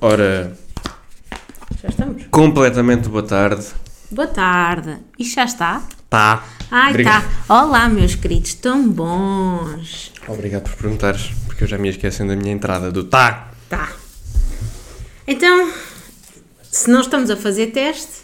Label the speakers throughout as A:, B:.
A: Ora,
B: Já estamos.
A: completamente boa tarde.
B: Boa tarde. E já está?
A: Tá.
B: Ai,
A: Obrigado.
B: tá. Olá, meus queridos, tão bons.
A: Obrigado por perguntares, porque eu já me ia esquecendo da minha entrada do tá.
B: Tá. Então, se não estamos a fazer teste,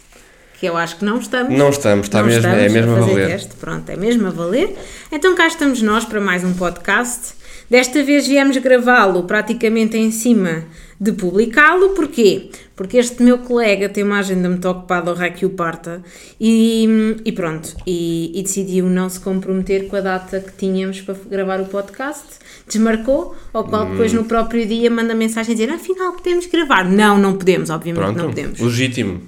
B: que eu acho que não estamos.
A: Não estamos, está
B: não
A: mesmo, é
B: estamos
A: mesmo a
B: fazer
A: valer.
B: Teste. Pronto, é mesmo a valer. Então cá estamos nós para mais um podcast. Desta vez viemos gravá-lo praticamente em cima de publicá-lo. Porquê? Porque este meu colega tem uma agenda muito ocupada, o Raquel Parta, e, e pronto, e, e decidiu não se comprometer com a data que tínhamos para gravar o podcast. Desmarcou, ao qual
A: Hum.
B: depois no próprio dia manda mensagem a dizer afinal podemos gravar. Não, não podemos, obviamente
A: Pronto,
B: não podemos.
A: legítimo,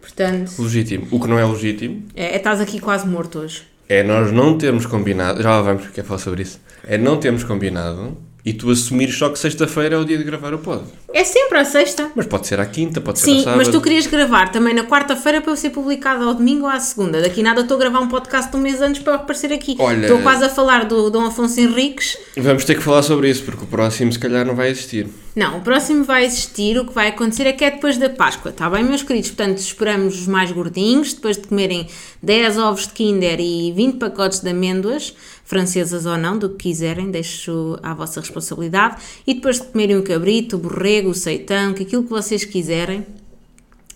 B: Portanto,
A: legítimo. O que não é legítimo
B: é, estás aqui quase morto hoje.
A: é nós não termos combinado, já lá vamos porque quero falar sobre isso, é não termos combinado e tu assumires só que sexta-feira é o dia de gravar o pod.
B: É sempre à sexta.
A: Mas pode ser à quinta, pode ser
B: Sim,
A: à sábado.
B: mas tu querias gravar também na quarta-feira para eu ser publicado ao domingo ou à segunda. Daqui nada eu estou a gravar um podcast de um mês antes para aparecer aqui.
A: Olha-
B: Estou quase a falar do Dom Afonso Henriques.
A: Vamos ter que falar sobre isso, porque o próximo se calhar não vai existir.
B: Não, o próximo vai existir. O que vai acontecer é que é depois da Páscoa, está bem, meus queridos? Portanto, esperamos os mais gordinhos, depois de comerem 10 ovos de Kinder e 20 pacotes de amêndoas, francesas ou não, do que quiserem, deixo à vossa responsabilidade. E depois de comerem o cabrito, o borrego, o seitão, que aquilo que vocês quiserem.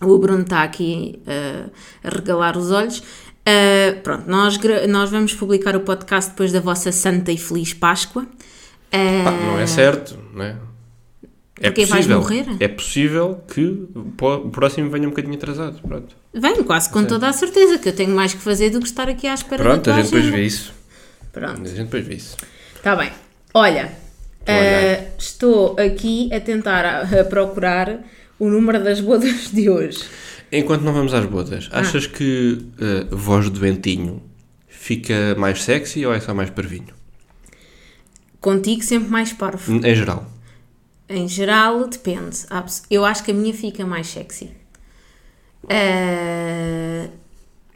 B: O Bruno está aqui eh, a regalar os olhos. Eh, pronto, nós, gra- nós vamos publicar o podcast depois da vossa santa e feliz Páscoa. Eh,
A: Pá, não é certo, não é? É
B: Porque vais
A: possível,
B: morrer?
A: é possível que o po- o próximo venha um bocadinho atrasado. Pronto,
B: Venho quase com toda a certeza que eu tenho mais que fazer do que estar aqui à espera da
A: Pronto
B: tua
A: a gente depois
B: agenda.
A: vê isso. A
B: Pronto,
A: gente depois vê isso.
B: está bem. Olha,
A: a olhar.
B: ah, estou aqui a tentar a, a procurar o número das bodas de hoje.
A: Enquanto não vamos às bodas,
B: Ah.
A: achas que eh, voz doentinho fica mais sexy ou é só mais pervinho?
B: Contigo sempre mais parvo.
A: Em geral.
B: Em geral, depende. Há pesso- Eu acho que a minha fica mais sexy. Ah,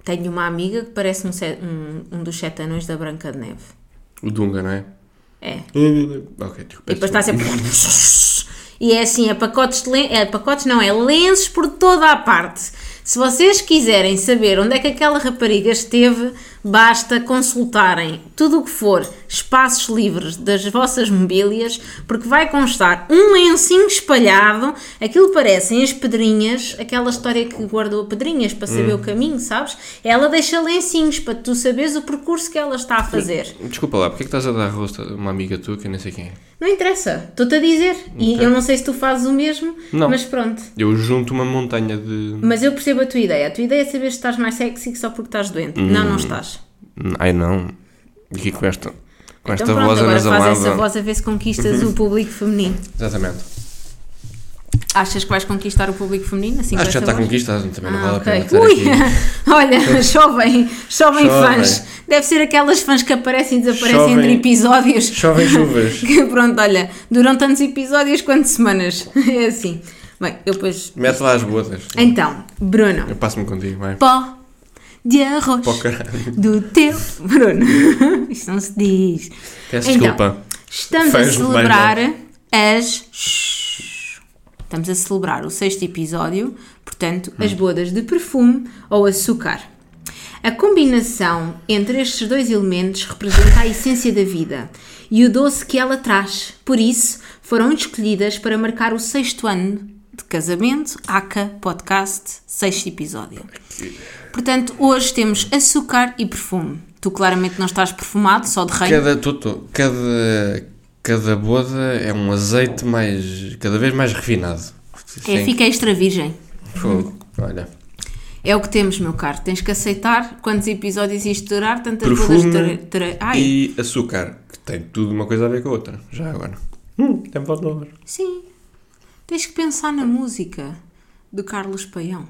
B: tenho uma amiga que parece um, se- um- um dos sete anões da Branca de Neve.
A: O Dunga, não é?
B: É.
A: Ok, desculpa.
B: E depois Tipo, está sempre. E é assim, é pacotes, de len- é pacotes não, é lenços por toda a parte. Se vocês quiserem saber onde é que aquela rapariga esteve, basta consultarem tudo o que for espaços livres das vossas mobílias, porque vai constar um lencinho espalhado, aquilo parecem as pedrinhas, aquela história que guardou pedrinhas para saber o caminho, sabes? Ela deixa lencinhos para tu saberes o percurso que ela está a fazer.
A: Desculpa lá, porque é que estás a dar rosto a uma amiga tua que eu nem sei quem é?
B: Não interessa, estou-te a dizer. E eu não sei se tu fazes o mesmo,
A: Não.
B: mas pronto.
A: Eu junto uma montanha de.
B: Mas eu percebo a tua ideia. A tua ideia é saber se estás mais sexy só porque estás doente. Não,
A: Hum.
B: não estás.
A: Ai não. E aqui com esta, com esta
B: então pronto,
A: voz é
B: agora
A: anasalada.
B: faz essa voz a ver se conquistas o público feminino.
A: Exatamente.
B: Achas que vais conquistar o público feminino? Assim,
A: Acho que já
B: com
A: está
B: essa voz?
A: conquistado, também não vale
B: Ah, ok.
A: a pena
B: Ui!
A: estar aqui.
B: Olha, chovem, chovem
A: Chovem.
B: fãs. Deve ser aquelas fãs que aparecem e desaparecem
A: Chovem.
B: entre episódios.
A: Chovem chuvas.
B: Que pronto, olha, duram tantos episódios quanto semanas. É assim. Bem, eu depois.
A: Mete lá as bodas.
B: Então, Bruno.
A: Eu passo-me contigo, vai.
B: pó de arroz
A: Pó caralho.
B: do teu Bruno. Isto não se diz. Então,
A: Peço desculpa.
B: Estamos
A: Fãs
B: a
A: do
B: celebrar
A: é?
B: as. Estamos a celebrar o sexto episódio, portanto,
A: Hum.
B: as bodas de perfume ou açúcar. A combinação entre estes dois elementos representa a essência da vida e o doce que ela traz. Por isso, foram escolhidas para marcar o sexto ano de casamento, ACA Podcast, sexto episódio. Portanto, hoje temos açúcar e perfume. Tu claramente não estás perfumado, só de rei.
A: Cada, tô- tô- cada, cada boda é um azeite mais, cada vez mais refinado.
B: É,
A: Sim.
B: fica extra virgem.
A: Fogo. Olha,
B: É o que temos, meu caro. Tens que aceitar quantos episódios isto durar, tantas
A: perfume
B: bodas ter- ter- Ai,
A: e açúcar, que tem tudo uma coisa a ver com a outra, já agora. Hum, tem voz novas.
B: sim. Tens que pensar na música do Carlos Paião.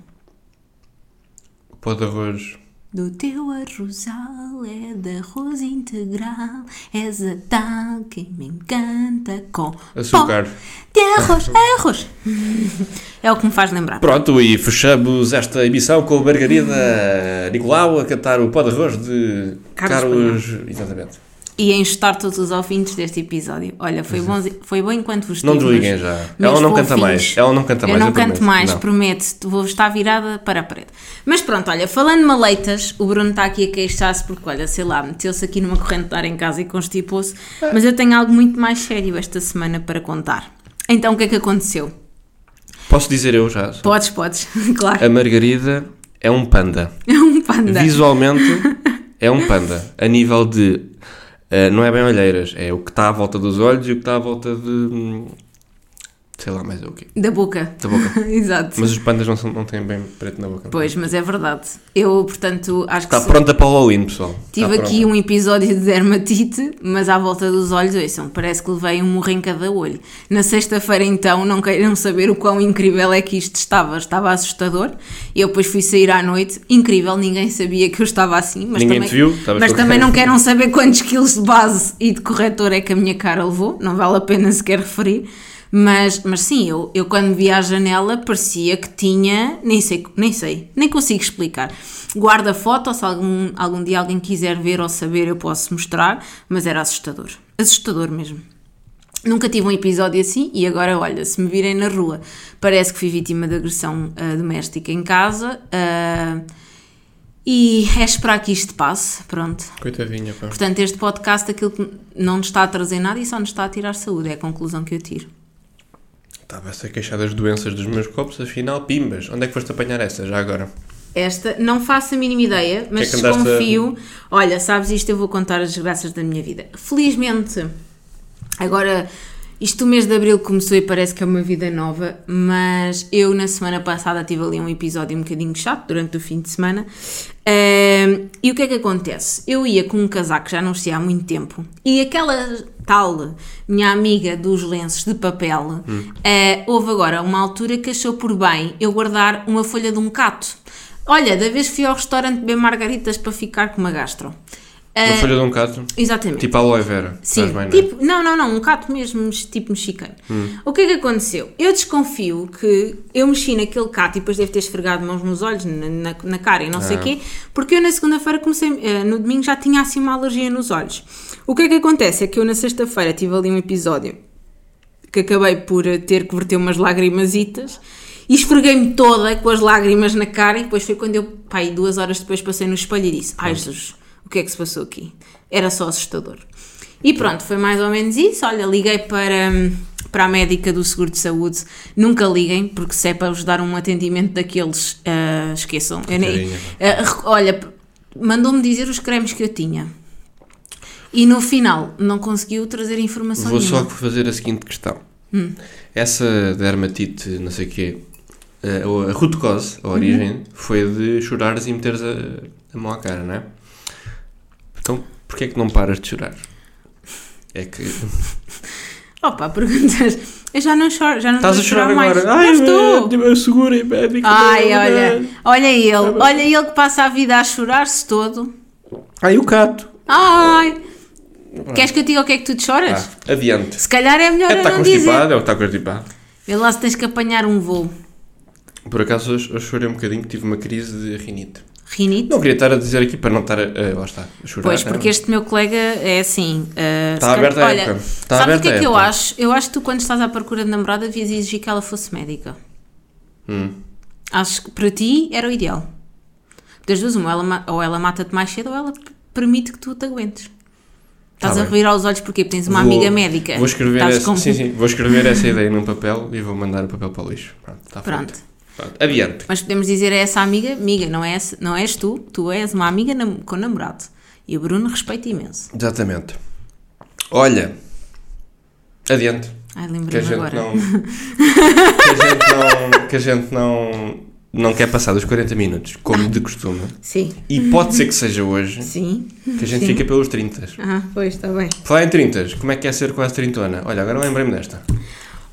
A: O pó de arroz,
B: Do teu arrozal é de arroz integral, és a tal que me encanta com
A: açúcar.
B: pó de arroz, arroz. É o que me faz lembrar.
A: Pronto, e fechamos esta emissão com a Margarida Nicolau a cantar o pó de arroz de
B: Carlos
A: Carlos. Exatamente.
B: E a enxotar todos os ouvintes deste episódio. Olha, foi bom, foi bom enquanto vos
A: Uhum. Não
B: tive,
A: desliguem
B: meus-
A: já. Ela
B: meus
A: não canta
B: fofinhos.
A: mais. Ela não canta
B: eu
A: mais,
B: Não
A: eu
B: canto
A: prometo.
B: mais,
A: Não.
B: prometo. Vou estar virada para a parede. Mas pronto, olha, falando de maleitas, o Bruno está aqui a queixar-se porque, olha, sei lá, meteu-se aqui numa corrente de ar em casa e constipou-se. Mas eu tenho algo muito mais sério esta semana para contar. Então, o que é que aconteceu?
A: Posso dizer eu já? só.
B: Podes, podes, claro.
A: A Margarida é um panda.
B: É um panda.
A: Visualmente é um panda. A nível de. eh, não é bem olheiras, é o que está à volta dos olhos e o que está à volta de. hum, sei lá mais é o quê.
B: Da boca.
A: Da boca.
B: Exato.
A: Mas os pandas não, são- não têm bem preto na boca. não.
B: Pois, mas é verdade. Eu, portanto, acho que
A: Está
B: se-
A: pronta para o Halloween, pessoal. Está
B: Tive
A: pronta.
B: aqui um episódio de dermatite, mas à volta dos olhos, ouçam, parece que levei um murro em cada olho. Na sexta-feira, então, não queiram saber o quão incrível é que isto estava. Estava assustador. Eu depois fui sair à noite, incrível, ninguém sabia que eu estava assim. Mas
A: Ninguém
B: também,
A: te viu, estavas
B: mas
A: toda-
B: também não queiram saber quantos quilos de base e de corretor é que a minha cara levou, não vale a pena sequer referir. Mas, mas sim, eu, eu quando vi à janela parecia que tinha, nem sei, nem sei, nem consigo explicar. Guarda a foto, se algum, algum dia alguém quiser ver ou saber, eu posso mostrar, mas era assustador, assustador mesmo. Nunca tive um episódio assim e agora, olha, se me virem na rua, parece que fui vítima de agressão ah, doméstica em casa ah, e é esperar que isto passe, pronto.
A: Coitadinha, pá.
B: Portanto, este podcast aquilo que não nos está a trazer nada e só nos está a tirar saúde, é a conclusão que eu tiro.
A: Estava-se a queixar das doenças dos meus copos, afinal, pimbas. Onde é que foste apanhar essa já agora?
B: Esta não faço a mínima ideia, mas
A: que andaste a-
B: desconfio. Olha, sabes isto, eu vou contar as graças da minha vida. Felizmente, agora isto o mês de Abril começou e parece que é uma vida nova, mas eu na semana passada tive ali um episódio um bocadinho chato durante o fim de semana. Ahm, e o que é que acontece? Eu ia com um casaco, que já não sei há muito tempo, e aquela tal minha amiga dos lenços de papel, ah, houve agora uma altura que achou por bem eu guardar uma folha de um cato. Olha, da vez que fui ao restaurante beber margaritas para ficar com uma gastro. Ah,
A: Uma folha de um cato?
B: exatamente.
A: Tipo aloe vera.
B: Sim,
A: Estás bem, não é? Hum.
B: tipo, não, não, não, um cato mesmo, mex- tipo mexicano. O que é que aconteceu? Eu desconfio que eu mexi naquele cato e depois deve ter esfregado mãos nos olhos, na, na, na cara e não
A: Ah.
B: sei o quê, porque eu na segunda-feira comecei, eh, no domingo já tinha assim uma alergia nos olhos. O que é que acontece? É que eu na sexta-feira tive ali um episódio que acabei por eh, ter que verter umas lagrimasitas e esfreguei-me toda com as lágrimas na cara e depois foi quando eu, pai, duas horas depois passei no espelho e disse, ai Jesus, o que é que se passou aqui? Era só assustador. E pronto, foi mais ou menos isso. Olha, liguei para, hum, para a médica do Seguro de Saúde. Nunca liguem, porque se é para vos dar um atendimento daqueles, ah, esqueçam. Eu nem-
A: Coitadinha.
B: ah, rec- olha, p- mandou-me dizer os cremes que eu tinha. E no final não conseguiu trazer informação
A: Vou
B: nenhuma.
A: só fazer a seguinte questão.
B: Hum.
A: Essa dermatite, não sei o quê, a, ou a rutocose, a origem,
B: Uhum.
A: foi de chorares e meteres a, a mão à cara, não é? Então, porquê é que não paras de chorar? É que...
B: Opa, perguntas. Eu já não choro, já não
A: Estás a
B: estou
A: chorar
B: mais.
A: agora.
B: Já estou.
A: eu seguro e médico.
B: Ai,
A: né?
B: olha, olha ele,
A: Tá
B: olha ele que passa a vida a chorar-se todo.
A: Ai, o cato.
B: Ai! Queres que eu te diga o que é que tu te choras?
A: Ah, adiante.
B: Se calhar é melhor
A: É que
B: eu
A: está
B: não dizer.
A: constipado, é o que está constipado.
B: Vê lá se tens que apanhar um voo.
A: Por acaso, hoje, hoje chorei um bocadinho, tive uma crise de rinite.
B: Rinite?
A: Não queria estar a dizer aqui para não estar a... a- lá está, a chorar.
B: Pois,
A: não é?
B: porque este meu colega é assim. ah,
A: Está
B: se calhar-
A: aberta a
B: olha,
A: época. Está
B: sabes o
A: aberta
B: que é
A: a
B: que eu
A: época.
B: acho? Eu acho que tu, quando estás à procura de namorada, devias exigir que ela fosse médica.
A: Hum.
B: Acho que para ti era o ideal. Das duas, uma, ela ma- ou ela mata-te mais cedo ou ela p- permite que tu te aguentes. Estás a
A: Tá bem.
B: revirar os olhos porque tens uma
A: Vou-
B: amiga médica.
A: Vou escrever,
B: Estás
A: essa,
B: com- um
A: sim, sim, vou escrever essa ideia num papel e vou mandar o papel para o lixo. Pronto, está
B: Pronto.
A: feito. Pronto, Adiante.
B: Mas podemos dizer a essa amiga, amiga, não és, não és tu, tu és uma amiga nam- com namorado. E o Bruno respeita imenso.
A: Exatamente. Olha. Adiante.
B: Ai,
A: Que a
B: lembrei-me
A: gente
B: agora.
A: não. Que a gente não. Que a gente não. Não quer passar dos 40 minutos, como de costume.
B: Sim,
A: E pode ser que seja hoje
B: sim.
A: que a gente fica pelos 30.
B: Ah, pois, está bem.
A: Falar em 30, como é que é ser quase trintona? Olha, agora lembrei-me desta.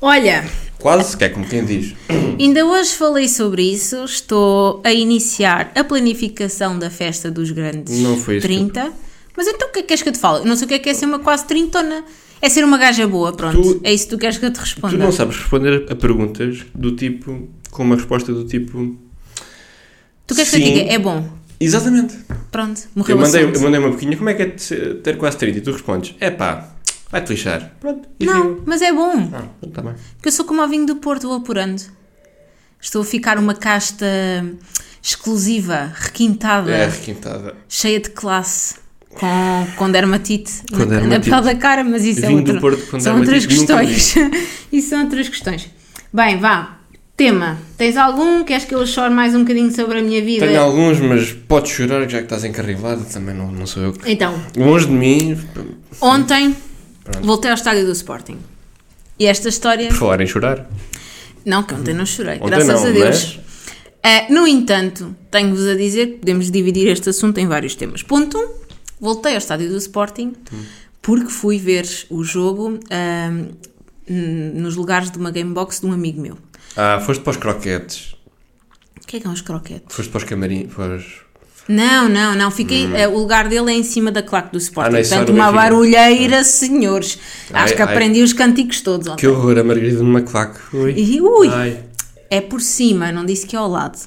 B: Olha,
A: Quase, que é como quem diz.
B: Ainda hoje falei sobre isso. Estou a iniciar a planificação da festa dos grandes
A: Não foi isso que eu-
B: 30. Mas então o que é que queres que eu te falo? Eu não sei o que é que é ser uma quase trintona. É ser uma gaja boa, pronto.
A: Tu-
B: É isso que tu queres que eu te
A: Tu
B: responda.
A: não sabes responder a perguntas do tipo. com uma resposta do tipo.
B: Tu queres que eu
A: Sim.
B: te diga? É bom.
A: Exatamente.
B: Pronto,
A: Eu
B: morreu o
A: mandei, eu
B: assunto.
A: mandei uma boquinha, como é que é de se- ter quase 30? E tu respondes, é pá, vai-te lixar. Pronto. E
B: Não,
A: riu.
B: mas é bom.
A: Ah, está bem.
B: Porque eu sou como o vinho do Porto, vou apurando. Estou a ficar uma casta exclusiva, requintada,
A: É requintada.
B: cheia de classe, com, com dermatite,
A: Com
B: na, na
A: dermatite.
B: pele da cara, mas isso é
A: Vinho do
B: outro,
A: Porto com
B: são outras
A: dermatite, nunca
B: questões. isso são outras questões. Bem, vá. Tema. Tens algum? Queres que eu chore mais um bocadinho sobre a minha vida?
A: Tenho alguns, mas podes chorar, que já que estás encarrilada, também não, não sou eu. que-
B: Então,
A: Longe de mim,
B: Ontem voltei ao estádio do Sporting. E esta história.
A: por falar em chorar.
B: Não, que ontem não chorei,
A: Ontem
B: graças
A: não, né?
B: a Deus. Eh, no entanto, tenho-vos a dizer que podemos dividir este assunto em vários temas. Ponto 1. Um, voltei ao estádio do Sporting porque fui ver o jogo ahm, n- nos lugares de uma gamebox de um amigo meu.
A: Ah, foste para os croquetes,
B: O que é que é uns croquetes?
A: foste para os camarins, para os...
B: Não, não, não. Fiquei, eh, o lugar dele é em cima da claque do
A: Hum.
B: Sporting.
A: Ah, não, isso
B: Portanto,
A: era o
B: uma
A: Benfica. Ah.
B: barulheira, senhores. Acho
A: Ai,
B: que
A: ai.
B: aprendi os canticos todos ontem.
A: Que horror, a Margarida numa claque. Ui.
B: E, ui,
A: Ai.
B: É por cima, não disse que é ao lado.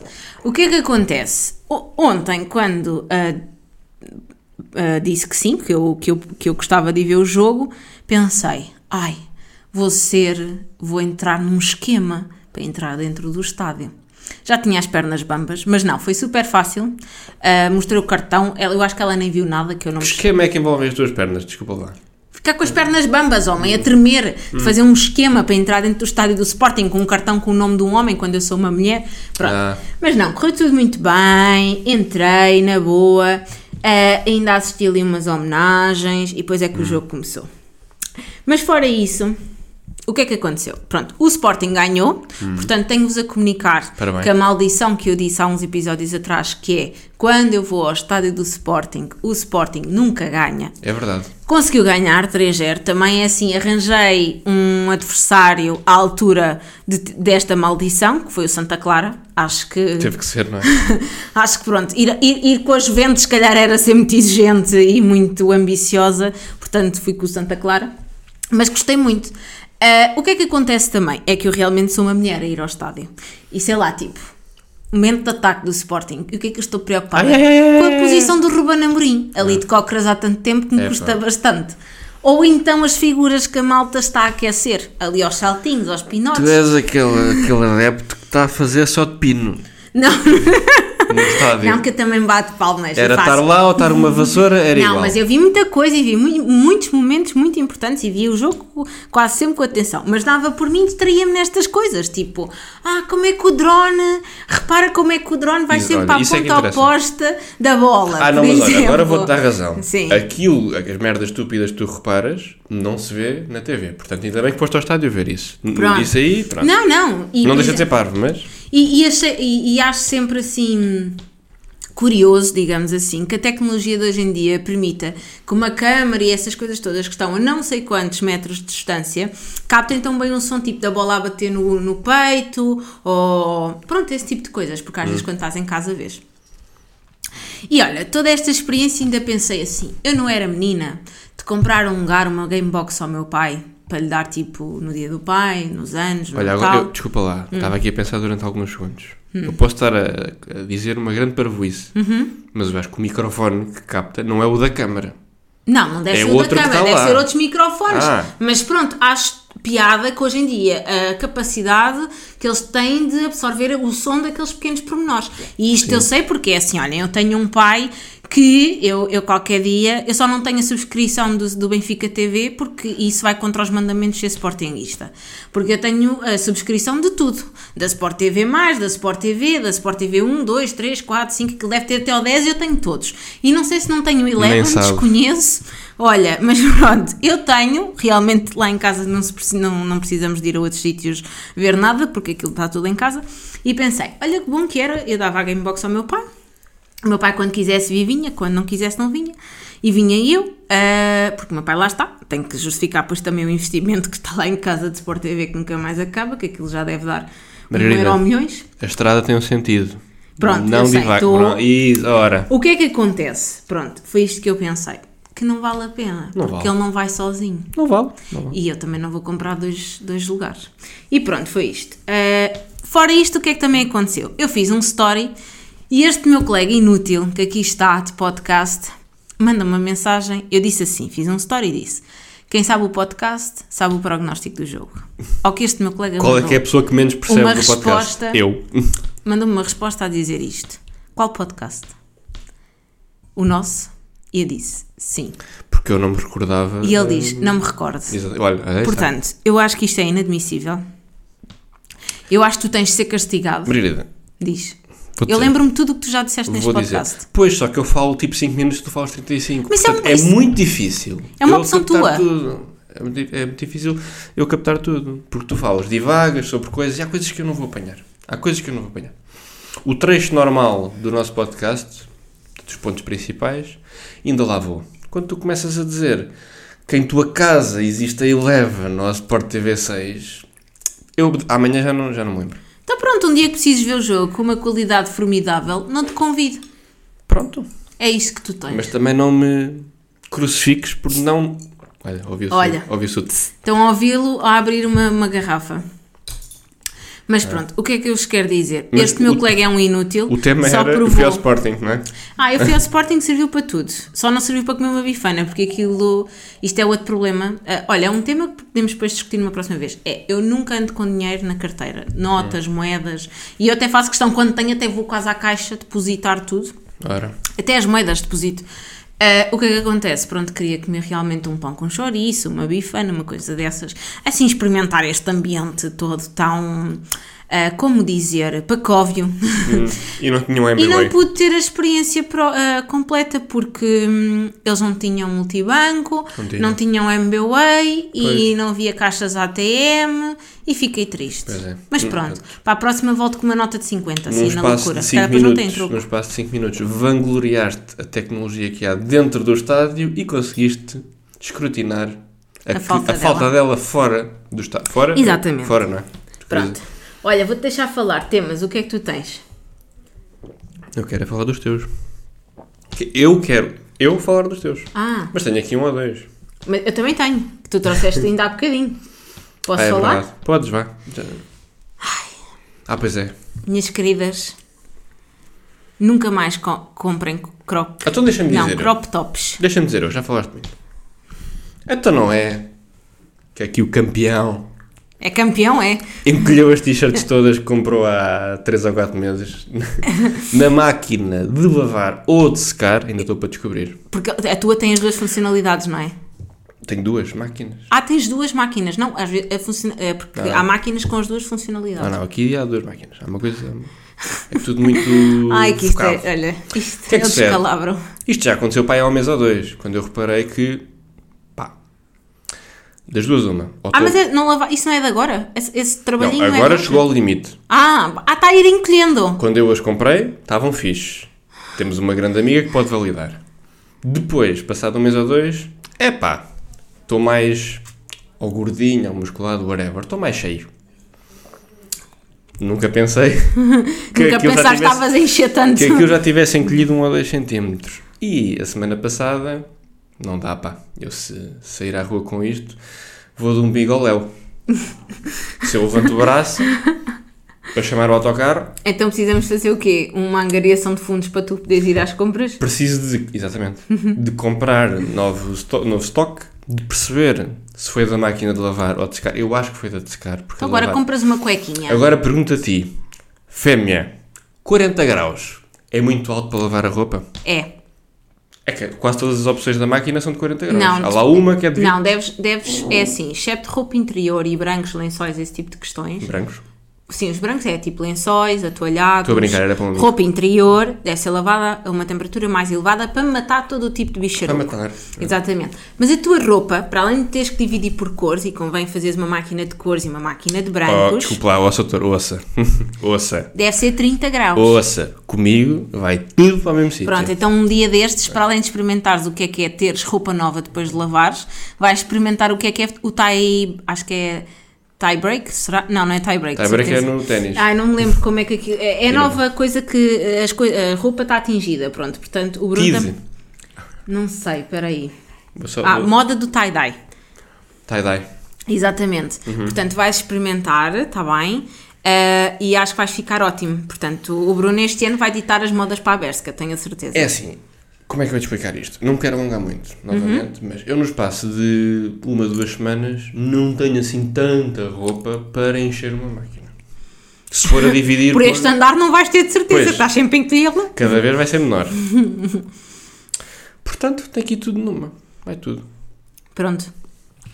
B: O que é que acontece? O- ontem, quando ah, ah, disse que sim, que eu, que, eu, que eu gostava de ir ver o jogo, pensei: ai, vou ser, vou entrar num esquema para entrar dentro do estádio. Já tinha as pernas bambas, mas não, foi super fácil. Ah, mostrei o cartão, ela- eu acho que ela nem viu nada que eu não
A: Que esquema é que envolve as tuas pernas? Desculpa lá.
B: Ficar com as pernas bambas, homem, a tremer,
A: Hum.
B: de fazer um esquema para entrar dentro do estádio do Sporting com um cartão com o nome de um homem quando eu sou uma mulher. Pronto.
A: Ah.
B: Mas não, correu tudo muito bem, entrei na boa, ah, ainda assisti ali umas homenagens e depois é
A: Hum.
B: que o jogo começou. Mas fora isso, o que é que aconteceu? Pronto, o Sporting ganhou, portanto tenho-vos a comunicar
A: Hum. Parabéns.
B: que a maldição que eu disse há uns episódios atrás, que é quando eu vou ao estádio do Sporting, o Sporting nunca ganha.
A: É verdade.
B: Conseguiu ganhar 3-0. Também é assim, arranjei um adversário à altura de- desta maldição, que foi o Santa Clara. Acho que.
A: Teve que ser, não é?
B: Acho que pronto, ir, ir, ir com a Juventus, se calhar, era ser muito exigente e muito ambiciosa, portanto, fui com o Santa Clara, mas gostei muito. Ah, o que é que acontece também? É que eu realmente sou uma mulher a ir ao estádio e sei lá, tipo, momento de ataque do Sporting, e o que é que eu estou preocupada?
A: Ai, ai, ai, ai,
B: com
A: ai,
B: a
A: ai.
B: posição do Ruben Amorim, ali de cócoras há tanto tempo que me
A: É,
B: custa
A: pá.
B: bastante. Ou então as figuras que a malta está a aquecer, ali aos saltinhos, aos pinotes.
A: Tu é- és aquele, aquele adepto que está a fazer só de pino
B: Não,
A: no estádio.
B: não que eu também bato palmas. é eu
A: Era
B: faço.
A: estar lá ou estar uma vassoura, era
B: Não,
A: igual.
B: mas eu vi muita coisa e vi mu- muitos momentos muito importantes e vi o jogo quase sempre com atenção. Mas dava por mim, distraía-me nestas coisas, tipo, ah, como é que o drone, repara como é que o drone vai
A: Isso,
B: sempre
A: olha,
B: para a
A: isso é que
B: ponta
A: interessa.
B: oposta da bola.
A: Ah, não,
B: por
A: mas olha,
B: exemplo.
A: agora vou-te dar razão. É
B: Sim.
A: Aquilo, as merdas estúpidas que tu reparas, não se vê na TV. Portanto, ainda bem que foste ao estádio ver isso. N-
B: Pronto.
A: Isso aí, pronto. Não,
B: Não, não. E, por
A: deixa de
B: exemplo,
A: ser parvo, mas.
B: E, e, achei- e- e acho sempre assim curioso, digamos assim, que a tecnologia de hoje em dia permita que uma câmara e essas coisas todas que estão a não sei quantos metros de distância captem tão bem um som tipo da bola a bater no, no peito ou pronto, esse tipo de coisas, porque às
A: Hum.
B: vezes quando estás em casa vês. E olha, toda esta experiência ainda pensei assim: eu não era menina de comprar um lugar, uma Gamebox ao meu pai para lhe dar tipo no dia do pai, nos anos, no
A: Olha,
B: Natal.
A: agora, eu- desculpa lá,
B: Hum.
A: estava aqui a pensar durante alguns segundos. Eu posso estar a, a dizer uma grande parvoíce,
B: Uhum.
A: mas eu acho que o microfone que capta não é o da câmara.
B: Não, não deve
A: É
B: ser o da
A: outro que
B: câmara,
A: está
B: deve
A: lá.
B: ser outros microfones.
A: Ah.
B: Mas pronto, acho piada que hoje em dia a capacidade que eles têm de absorver o som daqueles pequenos pormenores. E isto eu sei porque é assim, olhem, eu tenho um pai que eu, eu qualquer dia, eu só não tenho a subscrição do, do Benfica TV porque isso vai contra os mandamentos de ser sportinguista. Porque eu tenho a subscrição de tudo, da Sport TV+, da Sport TV, da Sport um, TV 1, 2, 3, 4, 5, que deve ter até ao 10 eu tenho todos. E não sei se não tenho o
A: Nem
B: Eleven,
A: sabe.
B: desconheço. Olha, mas pronto, eu tenho, realmente lá em casa não, se preci- não, não precisamos de ir a outros sítios ver nada, porque aquilo está tudo em casa. E pensei, olha que bom que era, eu dava a Gamebox ao meu pai. O meu pai, quando quisesse, vir, vinha, quando não quisesse, não vinha. E vinha eu, ah, porque o meu pai lá está, tem que justificar, pois também o investimento que está lá em casa de Sport TV que nunca mais acaba, que aquilo já deve dar um
A: Margarida.
B: euro ao milhões.
A: A estrada tem um sentido.
B: Pronto, eu
A: não
B: sei,
A: divague,
B: tu-
A: não. é? E, ora.
B: O que é que acontece? Pronto, foi isto que eu pensei. Que não vale a pena,
A: Não
B: porque
A: vale.
B: ele não vai sozinho.
A: Não vale. Não vale.
B: E eu também não vou comprar dois, dois lugares. Eh, E pronto, foi isto. Ah, fora isto, o que é que também aconteceu? Eu fiz um story E este meu colega inútil, que aqui está de podcast, manda uma mensagem. Eu disse assim, fiz um story e disse: Quem sabe o podcast, sabe o prognóstico do jogo. Ao que este meu colega
A: Qual é
B: mandou,
A: que é a pessoa que menos percebe
B: Uma
A: do podcast?
B: resposta.
A: Eu.
B: mandou-me uma resposta a dizer isto: Qual podcast? O nosso? E eu disse: Sim.
A: Porque eu não me recordava.
B: E ele
A: eh,
B: diz: Não me recordo.
A: exa- Olha, aí está.
B: Portanto, eu acho que isto é inadmissível. Eu acho que tu tens de ser castigado.
A: Margarida,
B: Diz.
A: vou-te dizer,
B: Eu lembro-me tudo o que tu já disseste neste
A: vou dizer.
B: podcast.
A: Pois, só que eu falo tipo 5 minutos e tu falas 35.
B: Mas isso é
A: Portanto,
B: uma-
A: é, muito difícil.
B: É uma
A: eu
B: opção
A: captar
B: tua.
A: tudo. É muito, di- é muito difícil eu captar tudo. Porque tu falas, divagas sobre coisas e há coisas que eu não vou apanhar. Há coisas que eu não vou apanhar. O trecho normal do nosso podcast, dos pontos principais, ainda lá vou. Quando tu começas a dizer que em tua casa existe a Eleven ou a Sport TV 6, eu amanhã já não, já não me lembro.
B: Então pronto, um dia que precises ver o jogo com uma qualidade formidável, não te convido.
A: Pronto.
B: É isso que tu tens.
A: Mas também não me crucifiques por não. Olha, ouviu-se
B: Olha.
A: ouviu-se o tss.
B: Estão a Então ouvi-lo a abrir uma, uma garrafa. Mas pronto, o que é que eu vos quero dizer?
A: Mas
B: este meu
A: o-
B: colega é um inútil.
A: O tema
B: só
A: era o
B: provou...
A: fui ao Sporting, não é?
B: Ah, eu fui ao Sporting que serviu para tudo. Só não serviu para comer uma bifana, porque aquilo. Isto é outro problema. Ah, olha, é um tema que podemos depois discutir numa próxima vez. É, eu nunca ando com dinheiro na carteira. Notas, moedas. E eu até faço questão, quando tenho, até vou quase à caixa depositar tudo.
A: Ora,
B: Até as moedas deposito. Ah, o que é que acontece? Pronto, queria comer realmente um pão com chouriço, uma bifana, uma coisa dessas. Assim, experimentar este ambiente todo tão, ah, como dizer, pacóvio.
A: e não tinha um
B: E não
A: MBA.
B: pude ter a experiência pro- ah, completa porque hum, eles não tinham multibanco,
A: Não
B: não,
A: tinham.
B: tinham MBWay e
A: Pois.
B: não havia caixas ATM e fiquei triste.
A: Pois é.
B: Mas
A: Hum,
B: pronto, para a próxima volto com uma nota de 50,
A: Num
B: assim, na
A: espaço,
B: loucura.
A: de
B: Se calhar
A: cinco
B: depois não tem
A: minutos,
B: truque.
A: num espaço de 5 minutos, vangloriaste a tecnologia que há dentro do estádio e conseguiste escrutinar a,
B: A
A: que-
B: falta
A: a falta dela fora do estádio. Fora?
B: Exatamente.
A: Fora, não é?
B: Pronto. Olha, vou-te deixar falar temas. O que é que tu tens?
A: Eu quero é falar dos teus. Que- Eu quero eu falar dos teus.
B: Ah,
A: Mas tenho aqui um ou dois.
B: mas eu também tenho, que tu trouxeste ainda há bocadinho. Posso
A: Ah, é
B: falar?
A: verdade. Podes, vá. Já- Ah, pois é.
B: Minhas queridas, nunca mais co- comprem crop.
A: Então deixa-me
B: Não,
A: dizer.
B: crop tops.
A: Deixa-me dizer, eu já falaste muito. Então não é que aqui o campeão
B: É campeão, é?
A: encolheu as t-shirts todas que comprou há 3 ou 4 meses na máquina de lavar ou de secar, ainda estou para descobrir.
B: Porque a tua tem as duas funcionalidades, não é?
A: Tenho duas máquinas.
B: Ah, tens duas máquinas. Não, às vezes, a funciona- é porque há máquinas com as duas
A: Ah
B: funcionalidades.
A: não, aqui há duas máquinas. Há uma coisa... É tudo muito
B: Ai, que isto é, um
A: focado.
B: olha, isto
A: Que é que
B: eles
A: serve?
B: descalabram.
A: Isto já aconteceu para aí há um mês ou dois, quando eu reparei que, pá, das duas uma. Ou
B: Ah,
A: tô-
B: mas é- não lava, isso não é de agora? Esse, esse trabalhinho
A: não,
B: não é
A: agora
B: de
A: chegou ao limite.
B: Ah, ah, está a ir encolhendo.
A: Quando eu as comprei, estavam fixe. Temos uma grande amiga que pode validar. Depois, passado um mês ou dois, é pá, estou mais ou gordinho, ou musculado, whatever, estou mais cheio. Nunca pensei que
B: Nunca
A: aquilo já
B: pensaste que
A: tivesse-
B: estavas a encher tanto.
A: que aquilo já tivesse encolhido um ou dois centímetros. E a semana passada, não dá pá, eu se sair à rua com isto, vou de um bigoléu. se eu levanto o braço, para chamar o autocarro,
B: Então precisamos fazer o quê? Uma angariação de fundos para tu poderes ir às compras?
A: preciso de, exatamente, de comprar novo, esto- novo estoque, de perceber se foi da máquina de lavar ou de secar. Eu acho que foi da de secar. Porque
B: Então
A: a de
B: agora
A: lavar-
B: compras uma cuequinha.
A: Agora pergunto a ti, fêmea, 40 graus é muito alto para lavar a roupa?
B: É.
A: É que quase todas as opções da máquina são de 40 graus.
B: Não.
A: Há lá uma que é de 20
B: Não, deves, deves, é assim, excepto roupa interior e brancos, lençóis, esse tipo de questões.
A: brancos.
B: Sim, os brancos é tipo lençóis, atoalhados.
A: Estou a brincar, era para um amigo.
B: Roupa interior deve ser lavada a uma temperatura mais elevada para matar todo o tipo de
A: Para
B: bicharuco.
A: matar.
B: Exatamente. Mas a tua roupa, para além de teres que dividir por cores, e convém fazeres uma máquina de cores e uma máquina de
A: Oh,
B: brancos,
A: desculpa lá, ouça, doutor, ouça. ouça.
B: deve ser 30 graus.
A: Ouça. Comigo vai tudo para o mesmo sítio.
B: Pronto, então um dia destes, para além de experimentares o que é que é teres roupa nova depois de lavares, vais experimentar o que é que é o tie, acho que é tie break, será? Não, não é tie break.
A: Tie break
B: certeza.
A: é no ténis.
B: Ai, não me lembro como é que aquilo, é, é nova coisa que eh, as coi- a roupa está atingida, pronto, portanto o Bruno...
A: Tease.
B: tam- Não sei, peraí.
A: Vou só-
B: Ah,
A: vou-
B: moda do tie-dye.
A: Tie-dye. Uhum.
B: Exatamente. Portanto, vais experimentar, está bem? Ah, e acho que vais ficar ótimo. Portanto, o Bruno este ano vai ditar as modas para a Bershka, tenho a certeza.
A: É assim, como é que eu vou te explicar isto? Não me quero alongar muito,
B: Uhum.
A: novamente, mas eu no espaço de uma, duas semanas não tenho assim tanta roupa para encher uma máquina. Se for a dividir
B: Por este andar não vais ter de certeza,
A: Tipo, Pois.
B: estás sempre em tê-la.
A: cada vez vai ser menor. Portanto, tem aqui tudo numa. Vai tudo.
B: Pronto.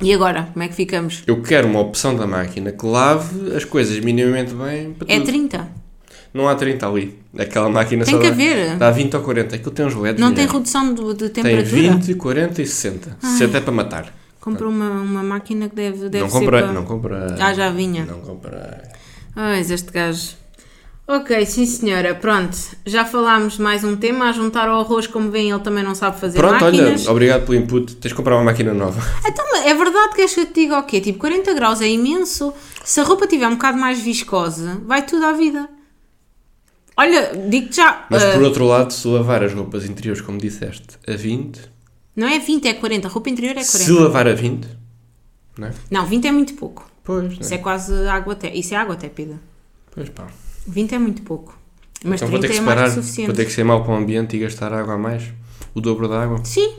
B: E agora, como é que ficamos?
A: Eu quero uma opção da máquina que lave as coisas minimamente bem para
B: É
A: tudo.
B: 30.
A: Não há 30 ali. Aquela máquina
B: Tem
A: só
B: que
A: dá,
B: haver.
A: dá 20 ou 40. Aquilo tem uns LEDs.
B: Não tem
A: milhares.
B: redução de, de
A: É. Tem
B: temperatura?
A: 20, 40 e 60. 60 é para matar.
B: Comprou uma, uma máquina que deve, deve
A: não
B: ser
A: compra,
B: para-
A: não compra.
B: Ah, já vinha.
A: Não compra.
B: Ai, este gajo. Ok, sim senhora, pronto. Já falámos de mais um tema, a juntar ao arroz, como veem, ele também não sabe fazer
A: Pronto,
B: máquinas.
A: olha, obrigado pelo input. Tens de comprar uma máquina nova.
B: Então, mas é verdade que esta te diga o quê? Tipo, 40 graus é imenso. Se a roupa tiver um bocado mais viscosa, vai tudo à vida. Olha, digo-te já,
A: Mas
B: ah,
A: por outro lado, se lavar as roupas interiores, como disseste, a 20,
B: não é 20, é 40. A roupa interior é 40.
A: se lavar a 20, não é?
B: Não, 20 é muito pouco.
A: Pois, não
B: Isso
A: é?
B: é quase água até. Isso é água até, Pedro.
A: Pois pá.
B: 20 é muito pouco. Mas
A: então vou ter
B: 30
A: que
B: é mais
A: separar,
B: que suficiente.
A: vou ter que ser mau para o ambiente e gastar água a mais. O dobro da água.
B: Sim.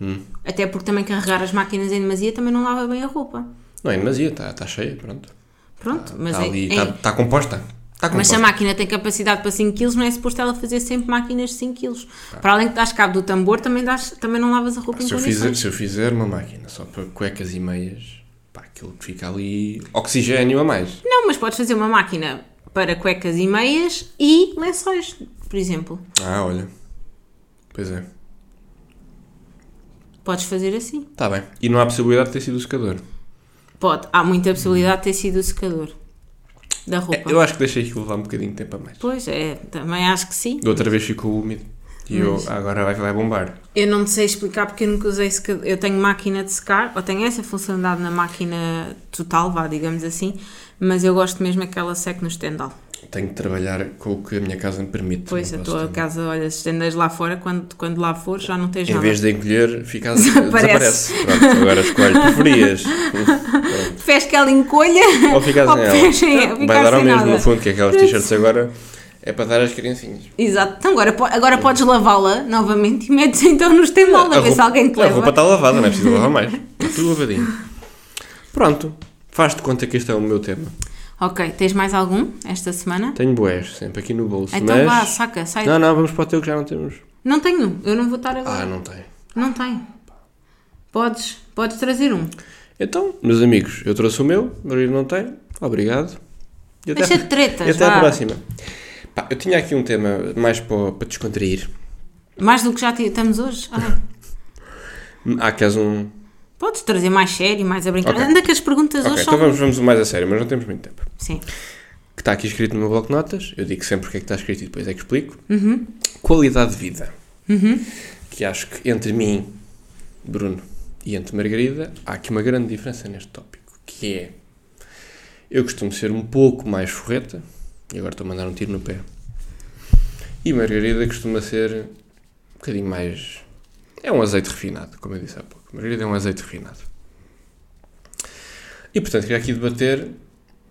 A: Hum.
B: Até porque também carregar as máquinas em demasia também não lava bem a roupa.
A: Não, é demasia, está tá cheia, pronto.
B: Pronto, mas,
A: Está
B: é-
A: ali,
B: é-
A: está Ah, tá composta. Está
B: mas
A: composta.
B: se a máquina tem capacidade para 5 kg, não é suposto ela fazer sempre máquinas de 5 kg. Para além que dás cabo do tambor, também, dás, também não lavas a roupa em
A: Ah. se, eu
B: condições.
A: fizer, se eu fizer uma máquina só para cuecas e meias, pá, aquilo que fica ali, oxigénio a mais.
B: Não, mas podes fazer uma máquina para cuecas e meias e lençóis, por exemplo.
A: Ah, olha. Pois é.
B: Podes fazer assim.
A: Está Tá bem. E não há possibilidade de ter sido o secador.
B: Pode. Há muita possibilidade de ter sido o secador da roupa.
A: É, Eu acho que deixei aquilo levar um bocadinho de tempo a mais.
B: Pois é, também acho que sim.
A: Da outra vez ficou úmido. E eu, agora vai, vai bombar.
B: Eu não te sei explicar porque eu nunca usei secador. Eu tenho máquina de secar, ou tenho essa funcionalidade na máquina total, vá, digamos assim, mas eu gosto mesmo é que ela seque no estendal.
A: Tenho de trabalhar com o que a minha casa me permite.
B: Pois,
A: Não
B: a
A: posso
B: tua
A: ter-
B: casa, olha, se estendes lá fora, quando, quando lá for já não tens
A: Em
B: nada.
A: vez de encolher, fica
B: Desaparece.
A: desaparece. Pronto, agora escolhe. Preferias. Pronto.
B: Fez que ela encolha
A: Ou ficas
B: ou
A: sem
B: fez sem-
A: ela.
B: ficar
A: Vai dar ao
B: sem
A: mesmo,
B: nada.
A: no fundo, que aquelas t-shirts agora é para dar às criancinhas.
B: Exato. Então agora, po- agora podes lavá-la novamente e metes então no estendal, a, ver se alguém te
A: a
B: leva.
A: roupa está lavada, não é preciso lavar mais. Está tudo lavadinho. Pronto. Faz-te conta que este é o meu tema.
B: Ok, tens mais algum esta semana?
A: Tenho boés sempre aqui no bolso,
B: Então
A: mas...
B: vá, saca, sai. Não,
A: Não, não, vamos para o teu que já não temos.
B: tenho, eu não vou estar agora.
A: Ah, não tem.
B: Não tem. Podes, podes trazer um.
A: Então, meus amigos, eu trouxe o meu, meu marido não tem. Obrigado. E até,
B: Deixa de tretas,
A: e até
B: vá.
A: à próxima. Pá, eu tinha aqui um tema mais para, para descontrair.
B: Mais do que já ti- estamos hoje. Ah,
A: Há queres um.
B: podes trazer mais sério, mais a brincar.
A: Ok.
B: Anda que as perguntas
A: Ok,
B: hoje um.
A: então
B: são.
A: vamos, vamos o mais a sério, mas não temos muito tempo.
B: Sim.
A: Que está aqui escrito no meu bloco de notas. Eu digo sempre o que é que está escrito e depois é que explico. Qualidade de vida. Que acho que entre mim, Bruno, e entre Margarida, há aqui uma grande diferença neste tópico. Que é. Eu costumo ser um pouco mais forreta. E agora estou a mandar um tiro no pé. E Margarida costuma ser um bocadinho mais. É um azeite refinado, como eu disse há pouco. Margarida é um azeite refinado. E portanto, queria aqui debater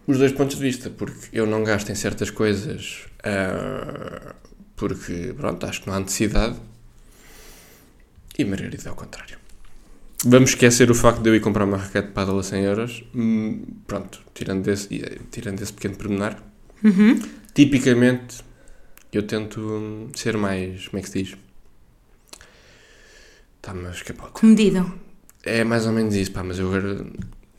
A: os dois pontos de vista, porque eu não gasto em certas coisas ah, porque, pronto, acho que não há necessidade. E Margarida é o contrário. Vamos esquecer o facto de eu ir comprar uma raquete de pádel a 100 euros. Hum, pronto, tirando esse, eh, tirando esse pequeno pormenor. Tipicamente, eu tento hum, ser mais... Como é que se diz? Está-me a escapar.
B: Comedido.
A: É mais ou menos isso, pá, mas eu agora